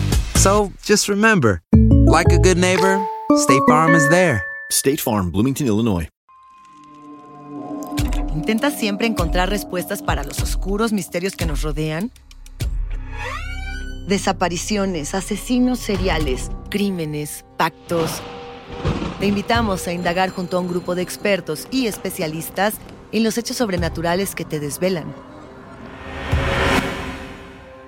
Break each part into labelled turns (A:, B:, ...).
A: So just remember, like a good neighbor, State Farm is there.
B: State Farm, Bloomington, Illinois.
C: ¿Intentas siempre encontrar respuestas para los oscuros misterios que nos rodean? Desapariciones, asesinos seriales, crímenes, pactos. Te invitamos a indagar junto a un grupo de expertos y especialistas en los hechos sobrenaturales que te desvelan.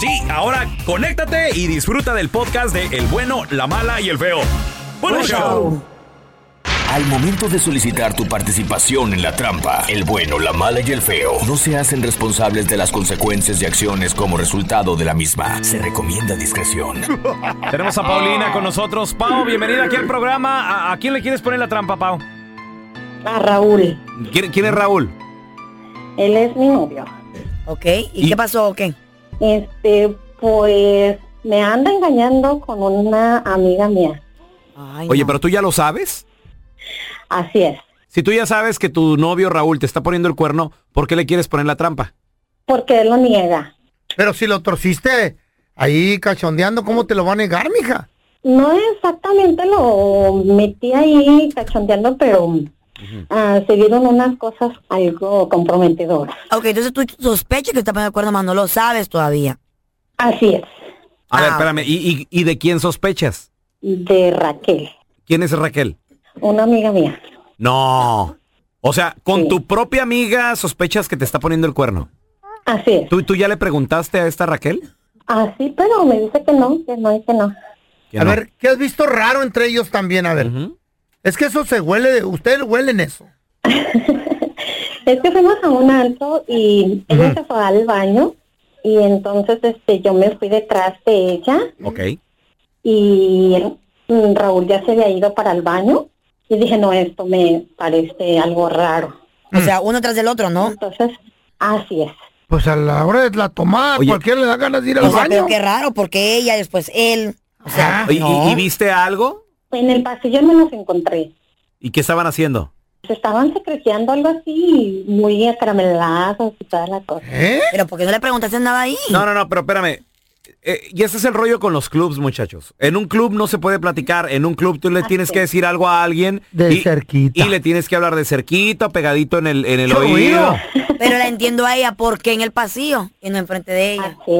D: Sí, ahora conéctate y disfruta del podcast de El bueno, la mala y el feo. Buen show.
E: Al momento de solicitar tu participación en la trampa, el bueno, la mala y el feo no se hacen responsables de las consecuencias y acciones como resultado de la misma. Se recomienda discreción.
D: Tenemos a Paulina con nosotros. Pau, bienvenida aquí al programa. ¿A, a quién le quieres poner la trampa, Pau?
F: A Raúl,
D: ¿Quién, quién es Raúl?
F: él es mi novio.
G: Ok, ¿y, qué pasó o qué?
F: Este, pues me anda engañando con una amiga mía.
D: Oye, pero tú ya lo sabes.
F: Así es.
D: Si tú ya sabes que tu novio Raúl te está poniendo el cuerno, ¿por qué le quieres poner la trampa?
F: Porque él lo niega.
H: Pero si lo torciste ahí cachondeando, ¿cómo te lo va a negar, mija?
F: No exactamente lo metí ahí cachondeando, pero ah, se vieron unas cosas algo comprometedoras.
G: Ok, entonces tú sospechas que está poniendo el cuerno, más no lo sabes todavía.
F: Así es,
D: A
G: Ah,
D: ver, espérame, ¿y, y, y de quién sospechas?
F: de Raquel,
D: ¿Quién es Raquel?
F: una amiga mía.
D: No. O sea, con tu propia amiga sospechas que te está poniendo el cuerno.
F: Así es.
D: ¿Tú, tú ya le preguntaste a esta Raquel?
F: Así, pero me dice que no, que no, que no.
D: Que
H: A
D: no.
H: ver, ¿qué has visto raro entre ellos también? A ver. Es que eso se huele, ustedes huelen eso.
F: Es que fuimos a un alto y ella se fue al baño y entonces este yo me fui detrás de ella
D: Ok.
F: y mm, Raúl ya se había ido para el baño y dije no esto me parece algo raro
G: O sea, uno tras del otro, ¿no?
F: entonces así es
H: Pues a la hora de la tomada,
D: Oye.
H: cualquiera le da ganas de ir al
G: O sea,
H: baño.
G: pero qué raro, porque ella, después él. O sea,
D: ¿Y, y-
G: no.
D: y viste algo?
F: en el pasillo me los encontré
D: ¿Y qué estaban haciendo?
F: se estaban secreciando algo así muy acarameladas y toda la cosa
H: ¿Eh?
G: Pero porque no le preguntaste nada ahí.
D: No, no, no, pero espérame. Eh, y ese es el rollo con los clubs, muchachos. En un club no se puede platicar. En un club tú le tienes que decir algo a alguien.
H: De
D: y,
H: cerquita.
D: Y le tienes que hablar de cerquita, pegadito en el, en el
H: ¡Qué
D: oído.
G: Pero la entiendo a ella, porque en el pasillo y no enfrente de ella.
F: así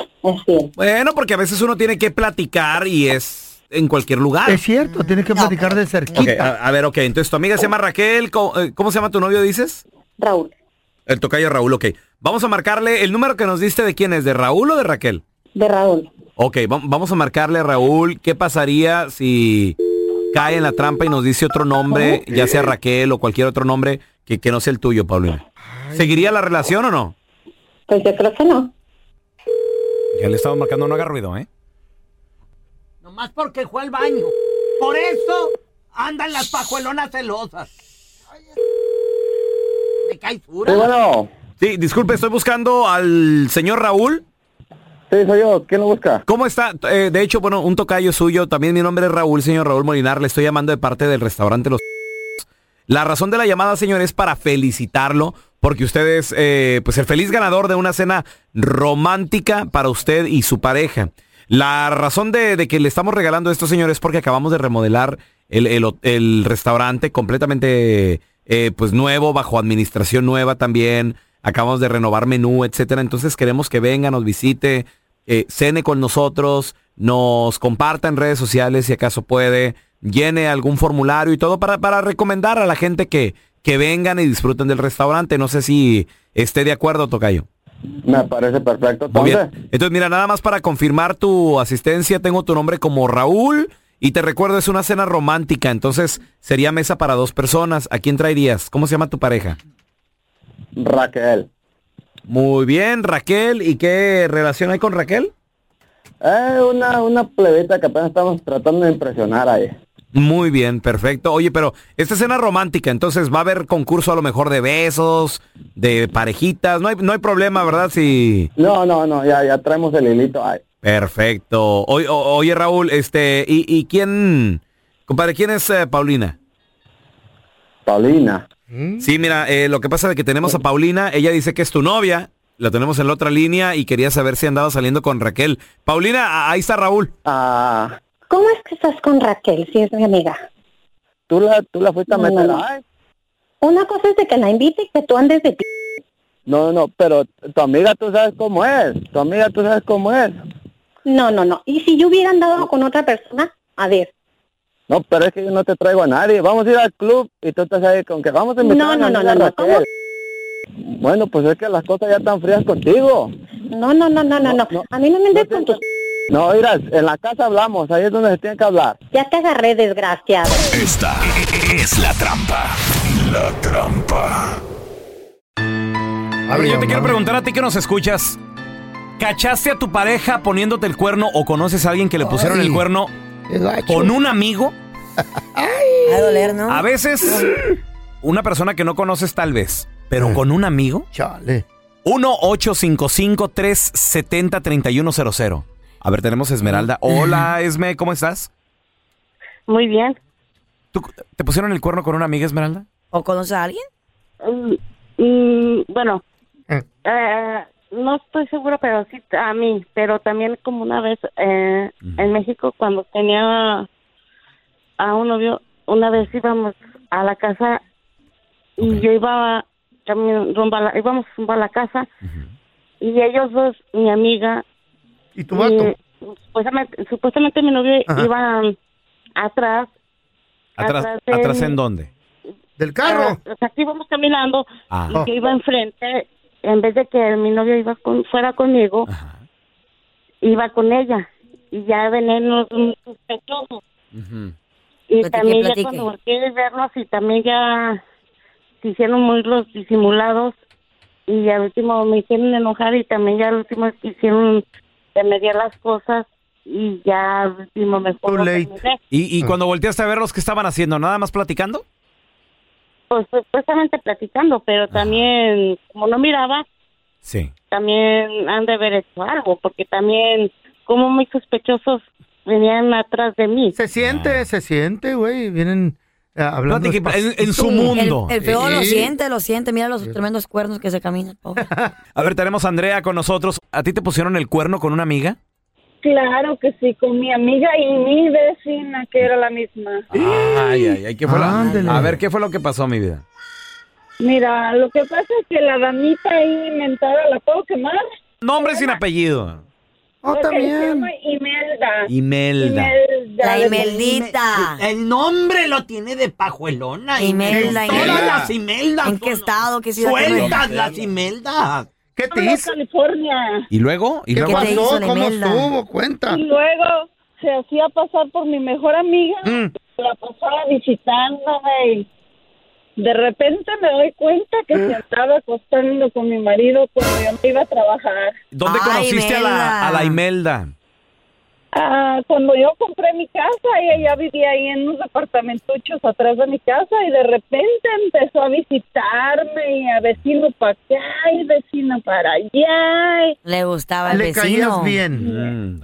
F: es así es
D: Bueno, porque a veces uno tiene que platicar y es en cualquier lugar.
H: Es cierto, tienes que
G: Mm. No,
H: platicar de
D: Ok,
H: cerquita.
D: a, a ver, ok. Entonces tu amiga se llama Raquel. ¿Cómo, eh, cómo se llama tu novio, dices?
F: Raúl
D: El tocayo Raúl, ok. Vamos a marcarle el número que nos diste de quién es, de Raúl o de Raquel.
F: de Raúl.
D: Ok, va- vamos a marcarle a Raúl qué pasaría si cae en la trampa y nos dice otro nombre, ya sea Raquel o cualquier otro nombre que, que no sea el tuyo, Paulina. ¿Seguiría la relación o no?
F: Pues yo creo que no.
D: Ya le estamos marcando, no haga ruido, ¿eh?
I: Nomás porque fue al baño. Por eso andan las pajuelonas celosas. Me cae dura.
D: Sí, disculpe, estoy buscando al señor Raúl. Sí, soy yo. ¿Quién lo busca? ¿Cómo está? Eh, de hecho, bueno, un tocayo suyo. También mi nombre es Raúl, señor Raúl Molinar. Le estoy llamando de parte del restaurante Los... La razón de la llamada, señor, es para felicitarlo. Porque usted es, eh, pues, el feliz ganador de una cena romántica para usted y su pareja. La razón de, de que le estamos regalando esto, señor, es porque acabamos de remodelar el, el hot- el restaurante completamente, eh, pues, nuevo, bajo administración nueva también. Acabamos de renovar menú, etcétera. Entonces queremos que venga, nos visite, eh, cene con nosotros, nos comparta en redes sociales si acaso puede, llene algún formulario y todo para, para recomendar a la gente que, que vengan y disfruten del restaurante. No sé si esté de acuerdo, Tocayo.
J: Me parece perfecto.
D: Muy
J: Entonces,
D: bien. Entonces, mira, nada más para confirmar tu asistencia, tengo tu nombre como Raúl y te recuerdo, es una cena romántica, entonces sería mesa para dos personas. ¿A quién traerías? ¿Cómo se llama tu pareja?
J: Raquel.
D: Muy bien, Raquel. ¿Y qué relación hay con Raquel?
J: Eh, una, una plebita que apenas estamos tratando de impresionar ahí.
D: Muy bien, perfecto. Oye, pero esta escena romántica, entonces va a haber concurso a lo mejor de besos, de parejitas, no hay, no hay problema, ¿verdad? Si...
J: No, no, no, ya, ya traemos el hilito ahí.
D: Perfecto. Oye, o- oye, Raúl, este, ¿y, y quién, compadre, quién es eh, Paulina?
J: Paulina.
D: Sí, mira, eh, lo que pasa es que tenemos a Paulina, ella dice que es tu novia, la tenemos en la otra línea y quería saber si andaba saliendo con Raquel. Paulina, a- ahí está Raúl.
J: Ah,
F: ¿Cómo es que estás con Raquel si es mi amiga?
J: Tú la, tú la fuiste a meter ahí.
F: Una cosa es de que la invite y que tú andes de p...
J: No, no, pero tu amiga tú sabes cómo es. Tu amiga tú sabes cómo es.
F: No, no, no. Y si yo hubiera andado con otra persona, a ver.
J: No, pero es que yo no te traigo a nadie. Vamos a ir al club y tú estás ahí con que vamos a invitar
F: No,
J: a
F: no,
J: mi
F: no,
J: amiga
F: no, no,
J: Raquel. Bueno, pues es que las cosas ya están frías contigo.
F: No, no, no, no, no, no. A mí no me andes con tus... p-
J: No, mira, en la casa hablamos, ahí es donde se tiene que hablar.
F: Ya te agarré, desgraciado.
E: Esta es la trampa. La trampa.
D: A ver, yo te quiero preguntar a ti que nos escuchas. ¿Cachaste a tu pareja poniéndote el cuerno o conoces a alguien que le pusieron el cuerno con un amigo?
G: Va a doler, ¿no?
D: A veces, una persona que no conoces tal vez, pero con un amigo.
H: Eh. Chale.
D: 1-855-370-3100. A ver, tenemos a Esmeralda. Hola, Esme, ¿cómo estás?
K: Muy bien.
D: ¿Te pusieron el cuerno con una amiga, Esmeralda?
G: ¿O conoces a alguien?
K: Mm, bueno, eh, no estoy segura, pero sí a mí, pero también como una vez eh, en México cuando tenía a un novio, una vez íbamos a la casa y yo iba camino- rumbo a la- íbamos rumbo a la casa y ellos dos, mi amiga
H: y
K: tu vato? Supuestamente, supuestamente mi novio
D: Ajá.
K: iba atrás
D: ¿Atrás,
K: Atrás de
D: ¿atrás
K: mí.
D: en dónde?
H: ¿Del
K: carro. Ah, o sea, que íbamos caminando
D: Ah.
K: y yo iba enfrente, en vez de que mi novio iba con, fuera conmigo, iba con ella. Y ya venimos un sospechoso. Y
L: Platique,
K: también
L: platique.
K: ya cuando volteé a vernos y también ya se hicieron muy los disimulados. Y al último me hicieron enojar y también ya al último hicieron remediar las cosas. Y ya al último mejor no terminé.
D: ¿Y, y cuando volteaste a ver los que estaban haciendo, nada más platicando?
K: pues supuestamente platicando, pero también como no miraba,
D: Sí.
K: también han de haber hecho algo, porque también como muy sospechosos venían atrás de mí.
H: Se siente, se siente, güey. Vienen eh, hablando.
D: Platica-
H: espacio-
D: en- en su mundo.
G: El feo lo
H: Eh.
D: Sí.
G: siente, lo siente. Mira los tremendos cuernos que se caminan. pobre.
D: A ver, tenemos a Andrea con nosotros. ¿A ti te pusieron el cuerno con una amiga?
M: Claro que sí, con mi amiga y mi vecina, que era la misma.
D: Ay, ay, ay, ¿qué fue la- A ver, ¿qué fue lo que pasó, mi vida?
M: Mira, lo que pasa es que la damita ahí mentada la puedo quemar.
D: Nombre sin apellido.
M: Oh, también. Imelda.
D: Imelda.
M: Imelda.
G: La Imeldita.
I: El nombre lo tiene de pajuelona.
G: Imelda,
I: Todas
G: Imelda.
I: las Imeldas.
G: ¿En qué estado? ¿Qué ciudad?
I: Sueltas las Imeldas.
H: ¿Qué
M: te hizo? California.
D: ¿Y luego? ¿Y
M: ¿Qué
D: luego?
M: te hizo la ¿Cómo Imelda? estuvo?
H: Cuenta.
M: Y luego se hacía pasar por mi mejor amiga. La pasaba visitándome y de repente me doy cuenta que se andaba acostando con mi marido cuando yo me iba a trabajar.
D: ¿Dónde conociste a la, a la Imelda?
M: Ah, cuando yo compré mi casa, ella ya vivía ahí en unos departamentuchos atrás de mi casa y de repente empezó a visitarme y a vecino para acá y vecino para allá. y-
G: Le gustaba el
M: Ah, Le
G: vecino.
M: caías
D: Mm,
H: bien.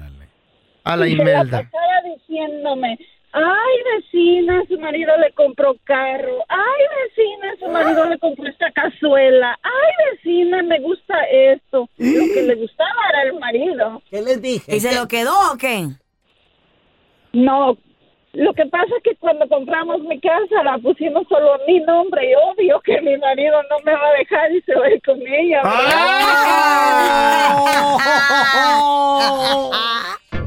H: A la
M: y se
H: Imelda.
M: pasaba diciéndome, ay vecina, su marido le compró carro, ay vecina, su marido le compró esta cazuela, ay vecina, me gusta esto. Lo que le gustaba era el marido.
I: ¿Qué les dije?
G: ¿Y se lo quedó o qué?
M: No, lo que pasa es que cuando compramos mi casa la pusimos solo a mi nombre y obvio que mi marido no me va a dejar y se va a ir con ella.
H: ¡Ah!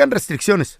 H: restricciones.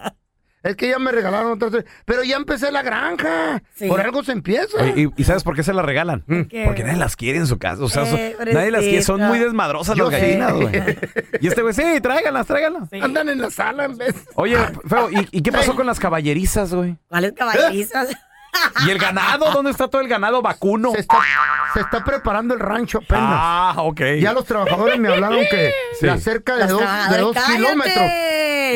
H: Es que ya me regalaron otras tres. Pero ya empecé la granja. Por algo se empieza.
D: Oye, ¿y, y sabes por qué se la regalan? Mm, Porque nadie las quiere en su casa. O sea, son-
H: Eh,
D: nadie las quiere. Son
H: pobrecita.
D: muy desmadrosas
H: Yo
D: las
H: sé.
D: gallinas, güey. Y este güey, sí, tráiganlas, tráiganlas.
H: Andan en la sala en vez.
D: Oye, feo, ¿y, y qué pasó con las caballerizas, güey?
G: ¿Cuáles caballerizas?
D: ¿Y el ganado? ¿Dónde está todo el ganado vacuno?
H: Se está, se está preparando el rancho apenas.
D: Ah, ok.
H: Ya los trabajadores me hablaron que
D: Sí.
H: de cerca de
D: Los
H: dos, de
G: trabajadores,
H: dos
G: cállate.
H: kilómetros.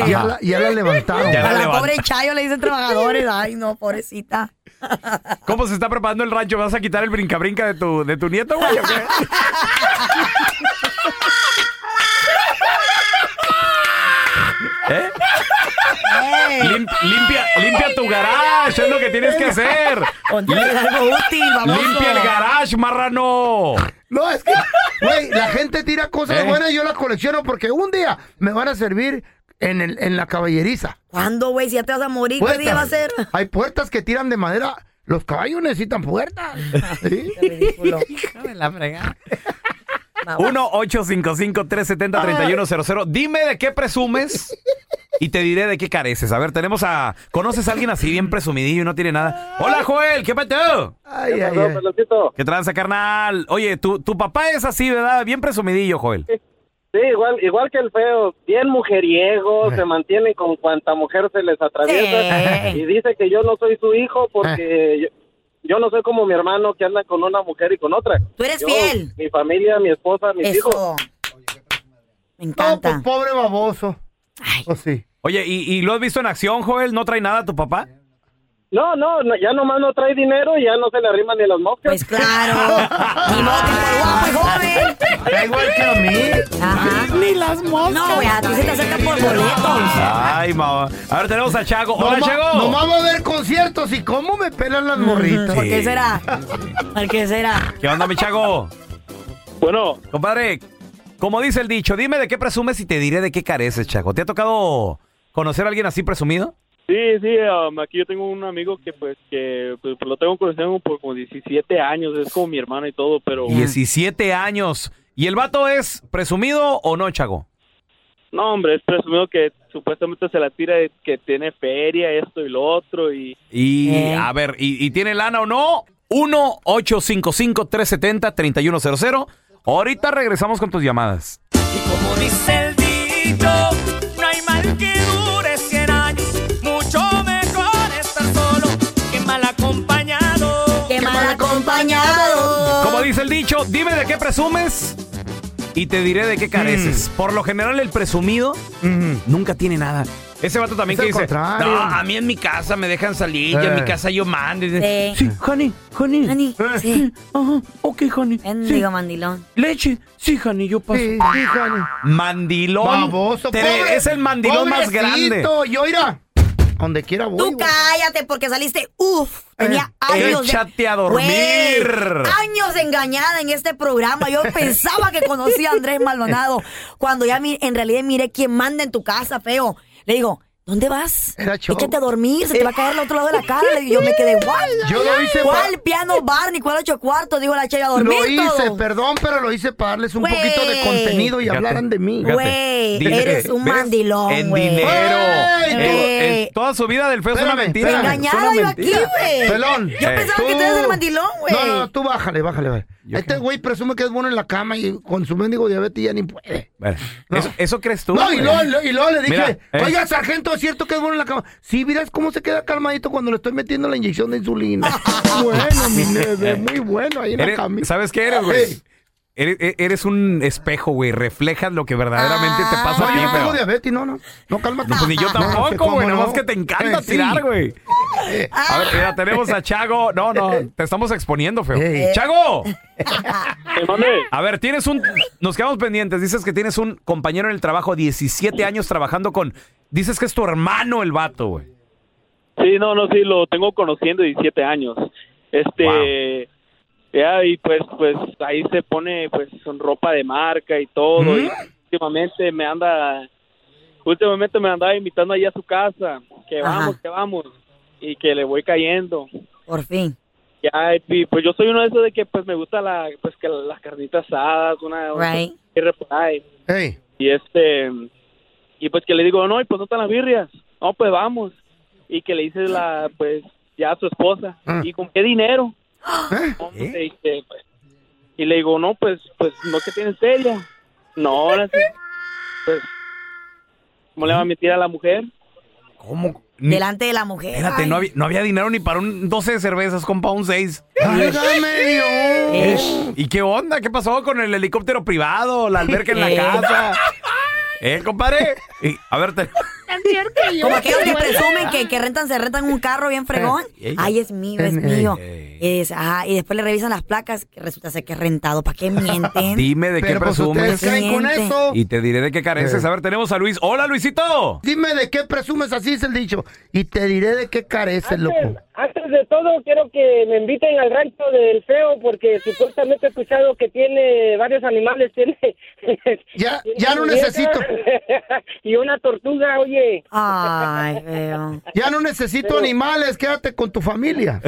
H: Ya
D: Ajá.
H: la, ya la levantaron.
D: Ya la
G: A la
D: levanta.
G: pobre Chayo le dicen trabajadores. Ay, no, pobrecita.
D: ¿Cómo se está preparando el rancho? ¿Vas a quitar el brinca-brinca de tu, de tu nieto, güey? o qué? ¿Eh? Lim- limpia, limpia tu garage, es lo que tienes que hacer.
H: Contrátale algo útil, baboso.
D: Limpia el garage, marrano.
H: No, es que, güey, la gente tira cosas
D: ¿Eh?
H: buenas y yo las colecciono porque un día me van a servir en, el, en la caballeriza.
G: ¿Cuándo, güey? Si ya te vas a morir, ¿qué día va a ser?
H: Hay puertas que tiran de madera. Los caballos necesitan puertas. ¿Sí?
I: La fregada.
D: 1-855-370-3100. Dime de qué presumes y te diré de qué careces. A ver, tenemos a. ¿Conoces a alguien así bien presumidillo y no tiene nada? Hola, Joel, ¿qué pasó?
H: Ay, ay, ay.
D: ¿Qué tranza, carnal? Oye, tu, tu papá es así, ¿verdad? Bien presumidillo, Joel.
N: Sí, igual, igual que el feo, bien mujeriego, se mantiene con cuanta mujer se les atraviesa y dice que yo no soy su hijo porque yo, yo no soy como mi hermano que anda con una mujer y con otra.
G: Tú eres
N: fiel. Mi familia, mi esposa, mis
G: Eso.
N: hijos.
G: Me encanta.
H: pobre baboso. Pues sí.
D: Oye, ¿y, y lo has visto en acción, Joel? ¿No trae nada tu papá?
N: No, no, no, ya nomás no trae dinero y ya no se le arriman ni las moscas. Pues
G: claro. Ni modo que por guapo y joven.
H: igual que a mí. Ni las moscas.
G: No, güey, a ti se te acercan por boletos.
D: Ay, mamá. A ver, tenemos a Chago.
H: No
D: Hola,
H: ma-
D: Chago.
H: no vamos a ver conciertos y cómo me pelan las morritas.
G: ¿Por qué será? ¿Por qué será?
D: ¿Qué onda, mi Chago?
N: Bueno.
D: Compadre, como dice el dicho, dime de qué presumes y te diré de qué careces, Chago. ¿Te ha tocado conocer a alguien así presumido?
O: Sí, sí, um, aquí yo tengo un amigo que pues que pues, lo tengo conociendo por como 17 años, es como mi hermano y todo, pero
D: 17 años. ¿Y el vato es presumido o no, Chago?
O: no, hombre, es presumido que supuestamente se la tira de que tiene feria, esto y lo otro y
D: Y
H: Eh.
D: a ver, ¿y, y tiene lana o no? 1-855-370-3100. Ahorita regresamos con tus llamadas.
P: Como dice el dicho, no hay mal que dure 100 años. Mucho mejor estar solo que mal acompañado.
G: Que mal acompañado.
D: Como dice el dicho, dime de qué presumes y te diré de qué
H: Mm.
D: careces. Por lo general, el presumido nunca tiene nada. Ese vato también
L: Es
D: que
L: al
D: dice,
L: contrario.
D: "No, a mí en mi casa me dejan salir, y en
L: Eh.
D: mi casa yo mando. Y dice,
G: Sí.
D: honey, honey. Eh,
G: Honey, sí.
D: Ajá, ok, honey.
G: Bendigo mandilón.
D: Leche, sí, honey, yo paso.
H: Sí, sí, honey.
D: Mandilón.
H: Baboso,
D: Te-
H: pobre-
D: es el mandilón más grande.
H: pobrecito, Yo irá. Donde quiera voy.
G: Tú cállate porque saliste, uff,
H: Eh,
G: tenía años de-
D: Échate a dormir.
G: Güey, años de engañada en este programa. Yo pensaba que conocía a Andrés Maldonado. Cuando ya mi- en realidad miré quién manda en tu casa, feo. Le digo, ¿dónde vas? Échate a dormir, se te va a caer al otro lado de la cara. Le digo, yo me quedé, igual.
H: Yo lo hice
G: ¿Cuál
H: pa-
G: piano bar ni cuál ocho cuartos? Digo la chaya a dormir
H: Lo hice,
G: todo.
H: perdón, pero lo hice para darles un
G: Güey.
H: poquito de contenido y
G: Fíjate,
H: hablaran de mí.
G: Güey, eres un mandilón,
D: En
G: güey.
D: dinero. En-
G: Güey.
D: en toda su vida del feo es una mentira.
H: espérame,
G: Engañada
H: es
G: yo
H: una
G: aquí,
H: mentira.
G: güey.
H: Pelón. Eh,
G: Yo
D: Eh,
G: pensaba que tú eras el mandilón, güey.
H: No, no, no, tú bájale, bájale. bájale. Este güey presume que es bueno en la cama y con su mendigo diabetes ya ni puede.
D: Bueno, eso, eso crees tú.
H: No, y
D: güey.
H: luego, y luego- y luego le dije,
D: Mira, eh,
H: oiga, sargento, ¿es cierto que es bueno en la cama? Sí, miras cómo se queda calmadito cuando le estoy metiendo la inyección de insulina. bueno, mi neve, muy bueno ahí en la Ah,
D: eres-
H: cama.
D: ¿Sabes qué eres, güey? Eres, e- eres un espejo, güey. Reflejas lo que verdaderamente te pasa a
H: Ah. No,
D: ti,
H: yo tengo
D: feo.
H: diabetes, no, no. No, cálmate.
D: No, pues ni yo tampoco,
H: ¿cómo
D: güey. Nada
H: no?
D: más que te encanta
H: Eh, sí.
D: tirar, güey. A ver, mira, tenemos a Chago. No, no, te estamos exponiendo, feo.
H: Ey.
D: ¡Chago! A ver, tienes un. Nos quedamos pendientes. Dices que tienes un compañero en el trabajo, 17 años trabajando con. Dices que es tu hermano el vato, güey.
O: Sí, no, no, sí, lo tengo conociendo 17 años. Este, ya, y pues, pues ahí se pone, pues, son ropa de marca y todo. Y últimamente me anda, últimamente me andaba invitando allá a su casa, que
G: Ajá.
O: vamos, que vamos, y que le voy cayendo.
G: Por fin.
O: Ya, y pi- pues yo soy uno de esos de que, pues, me gusta la, pues, que las carnitas asadas, una,
G: Right.
O: una por ahí.
H: Ey.
O: Y este, y pues que le digo, no, y pues no están las birrias. No, pues vamos. Y que le dice la, pues, ya a su esposa.
H: Ah.
O: ¿Y con qué dinero? No, pues, le dice, pues. y le digo, no, pues, pues, no que tienes feria. No, ahora sí. Pues, ¿cómo le va a mentir a la mujer?
D: ¿Cómo? Ni-
G: Delante de la mujer.
D: Espérate,
G: Ay.
D: no había, no había dinero ni para un 12 de cervezas, compa, un 6. ¿Y qué onda? ¿Qué pasó con el helicóptero privado? ¿La alberca en la
G: Eh.
D: casa? ¿Eh, compadre? Y- a ver, te-
Q: tan cierto. yo-
G: Como aquellos que presumen que, que rentan, se rentan un carro bien fregón.
Q: Ey.
G: Ay, es mío, es
D: Eh, Ey.
G: mío. Es, ah, y después le revisan las placas, que resulta ser que es rentado. ¿Para qué mienten?
D: Dime de qué presumes.
G: Mienten.
D: Y te diré de qué careces. A ver, tenemos a Luis. Hola, Luisito.
H: Dime de qué presumes, así es el dicho. Y te diré de qué careces, loco.
R: Antes de todo, quiero que me inviten al rancho del feo porque supuestamente he escuchado que tiene varios animales. Tiene,
H: ya,
R: ya no
H: necesito.
R: y una tortuga, oye.
G: Ay, veo.
H: Ya no necesito
R: Pero-
H: animales, quédate con tu familia.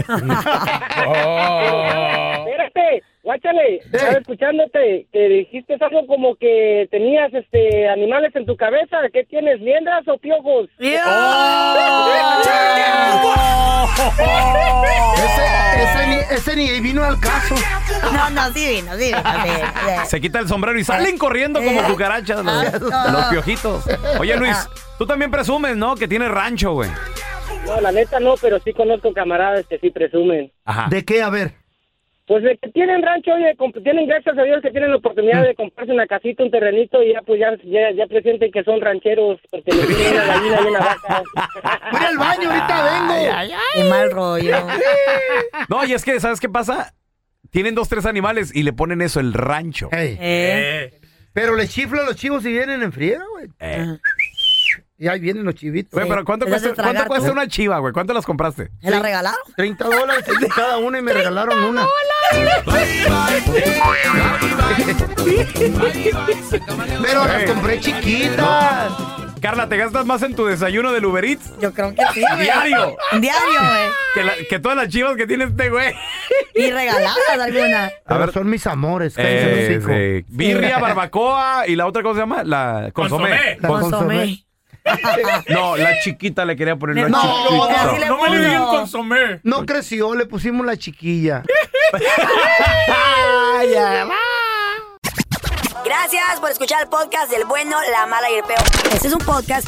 H: Oh.
R: Oh. Espérate, guáchale, estaba escuchándote que dijiste algo como que tenías este animales en tu cabeza. ¿Qué tienes, liendras o piojos? Oh.
H: ese, ese ni, ese ni vino al caso.
G: No, no, sí vino, sí vino, sí vino.
D: Se quita el sombrero y salen
G: Eh.
D: corriendo como cucarachas los,
R: Ah.
D: los piojitos. Oye, Luis,
G: Ah.
D: tú también presumes, ¿no? Que tienes rancho, güey.
R: No, la neta no, pero sí conozco camaradas que sí presumen.
D: Ah.
H: ¿De qué? A ver.
R: Pues de que tienen rancho, oye, comp- tienen gracias a Dios que tienen la
H: Mm.
R: oportunidad de comprarse una casita, un terrenito y ya pues ya, ya, ya presienten que son rancheros porque les tienen una gallina y una vaca.
H: Voy al baño, ahorita vengo.
G: Qué mal rollo.
D: No, y es que, ¿sabes qué pasa? Tienen dos, tres animales y le ponen eso, el rancho.
H: Eh. Pero le chifla a los chivos y vienen en friega, güey. Y ahí vienen los chivitos.
D: Güey, pero ¿cuánto cuesta, cuánto cuesta una chiva, güey? ¿Cuánto las compraste?
G: ¿Me la regalaron?
H: 30 dólares cada una y me regalaron una. Pero las compré chiquitas.
D: Carla, ¿te gastas más en tu desayuno del Uber Eats?
G: Yo creo que sí, güey.
D: Diario.
G: Diario, güey.
D: Que, la- que todas las chivas que tiene este güey.
G: Y regaladas algunas.
H: A ver, son mis amores. cállense los
D: Eh,
H: hocico.
D: sí. Birria, barbacoa y la otra, ¿cómo se llama? La consomé.
H: La consomé.
D: No, la chiquita le quería poner la
H: No,
D: chiquita.
H: no, no me le digan
D: consomé.
H: No creció, le pusimos la chiquilla.
G: Gracias por escuchar el podcast del bueno, la mala y el peor. Este es un podcast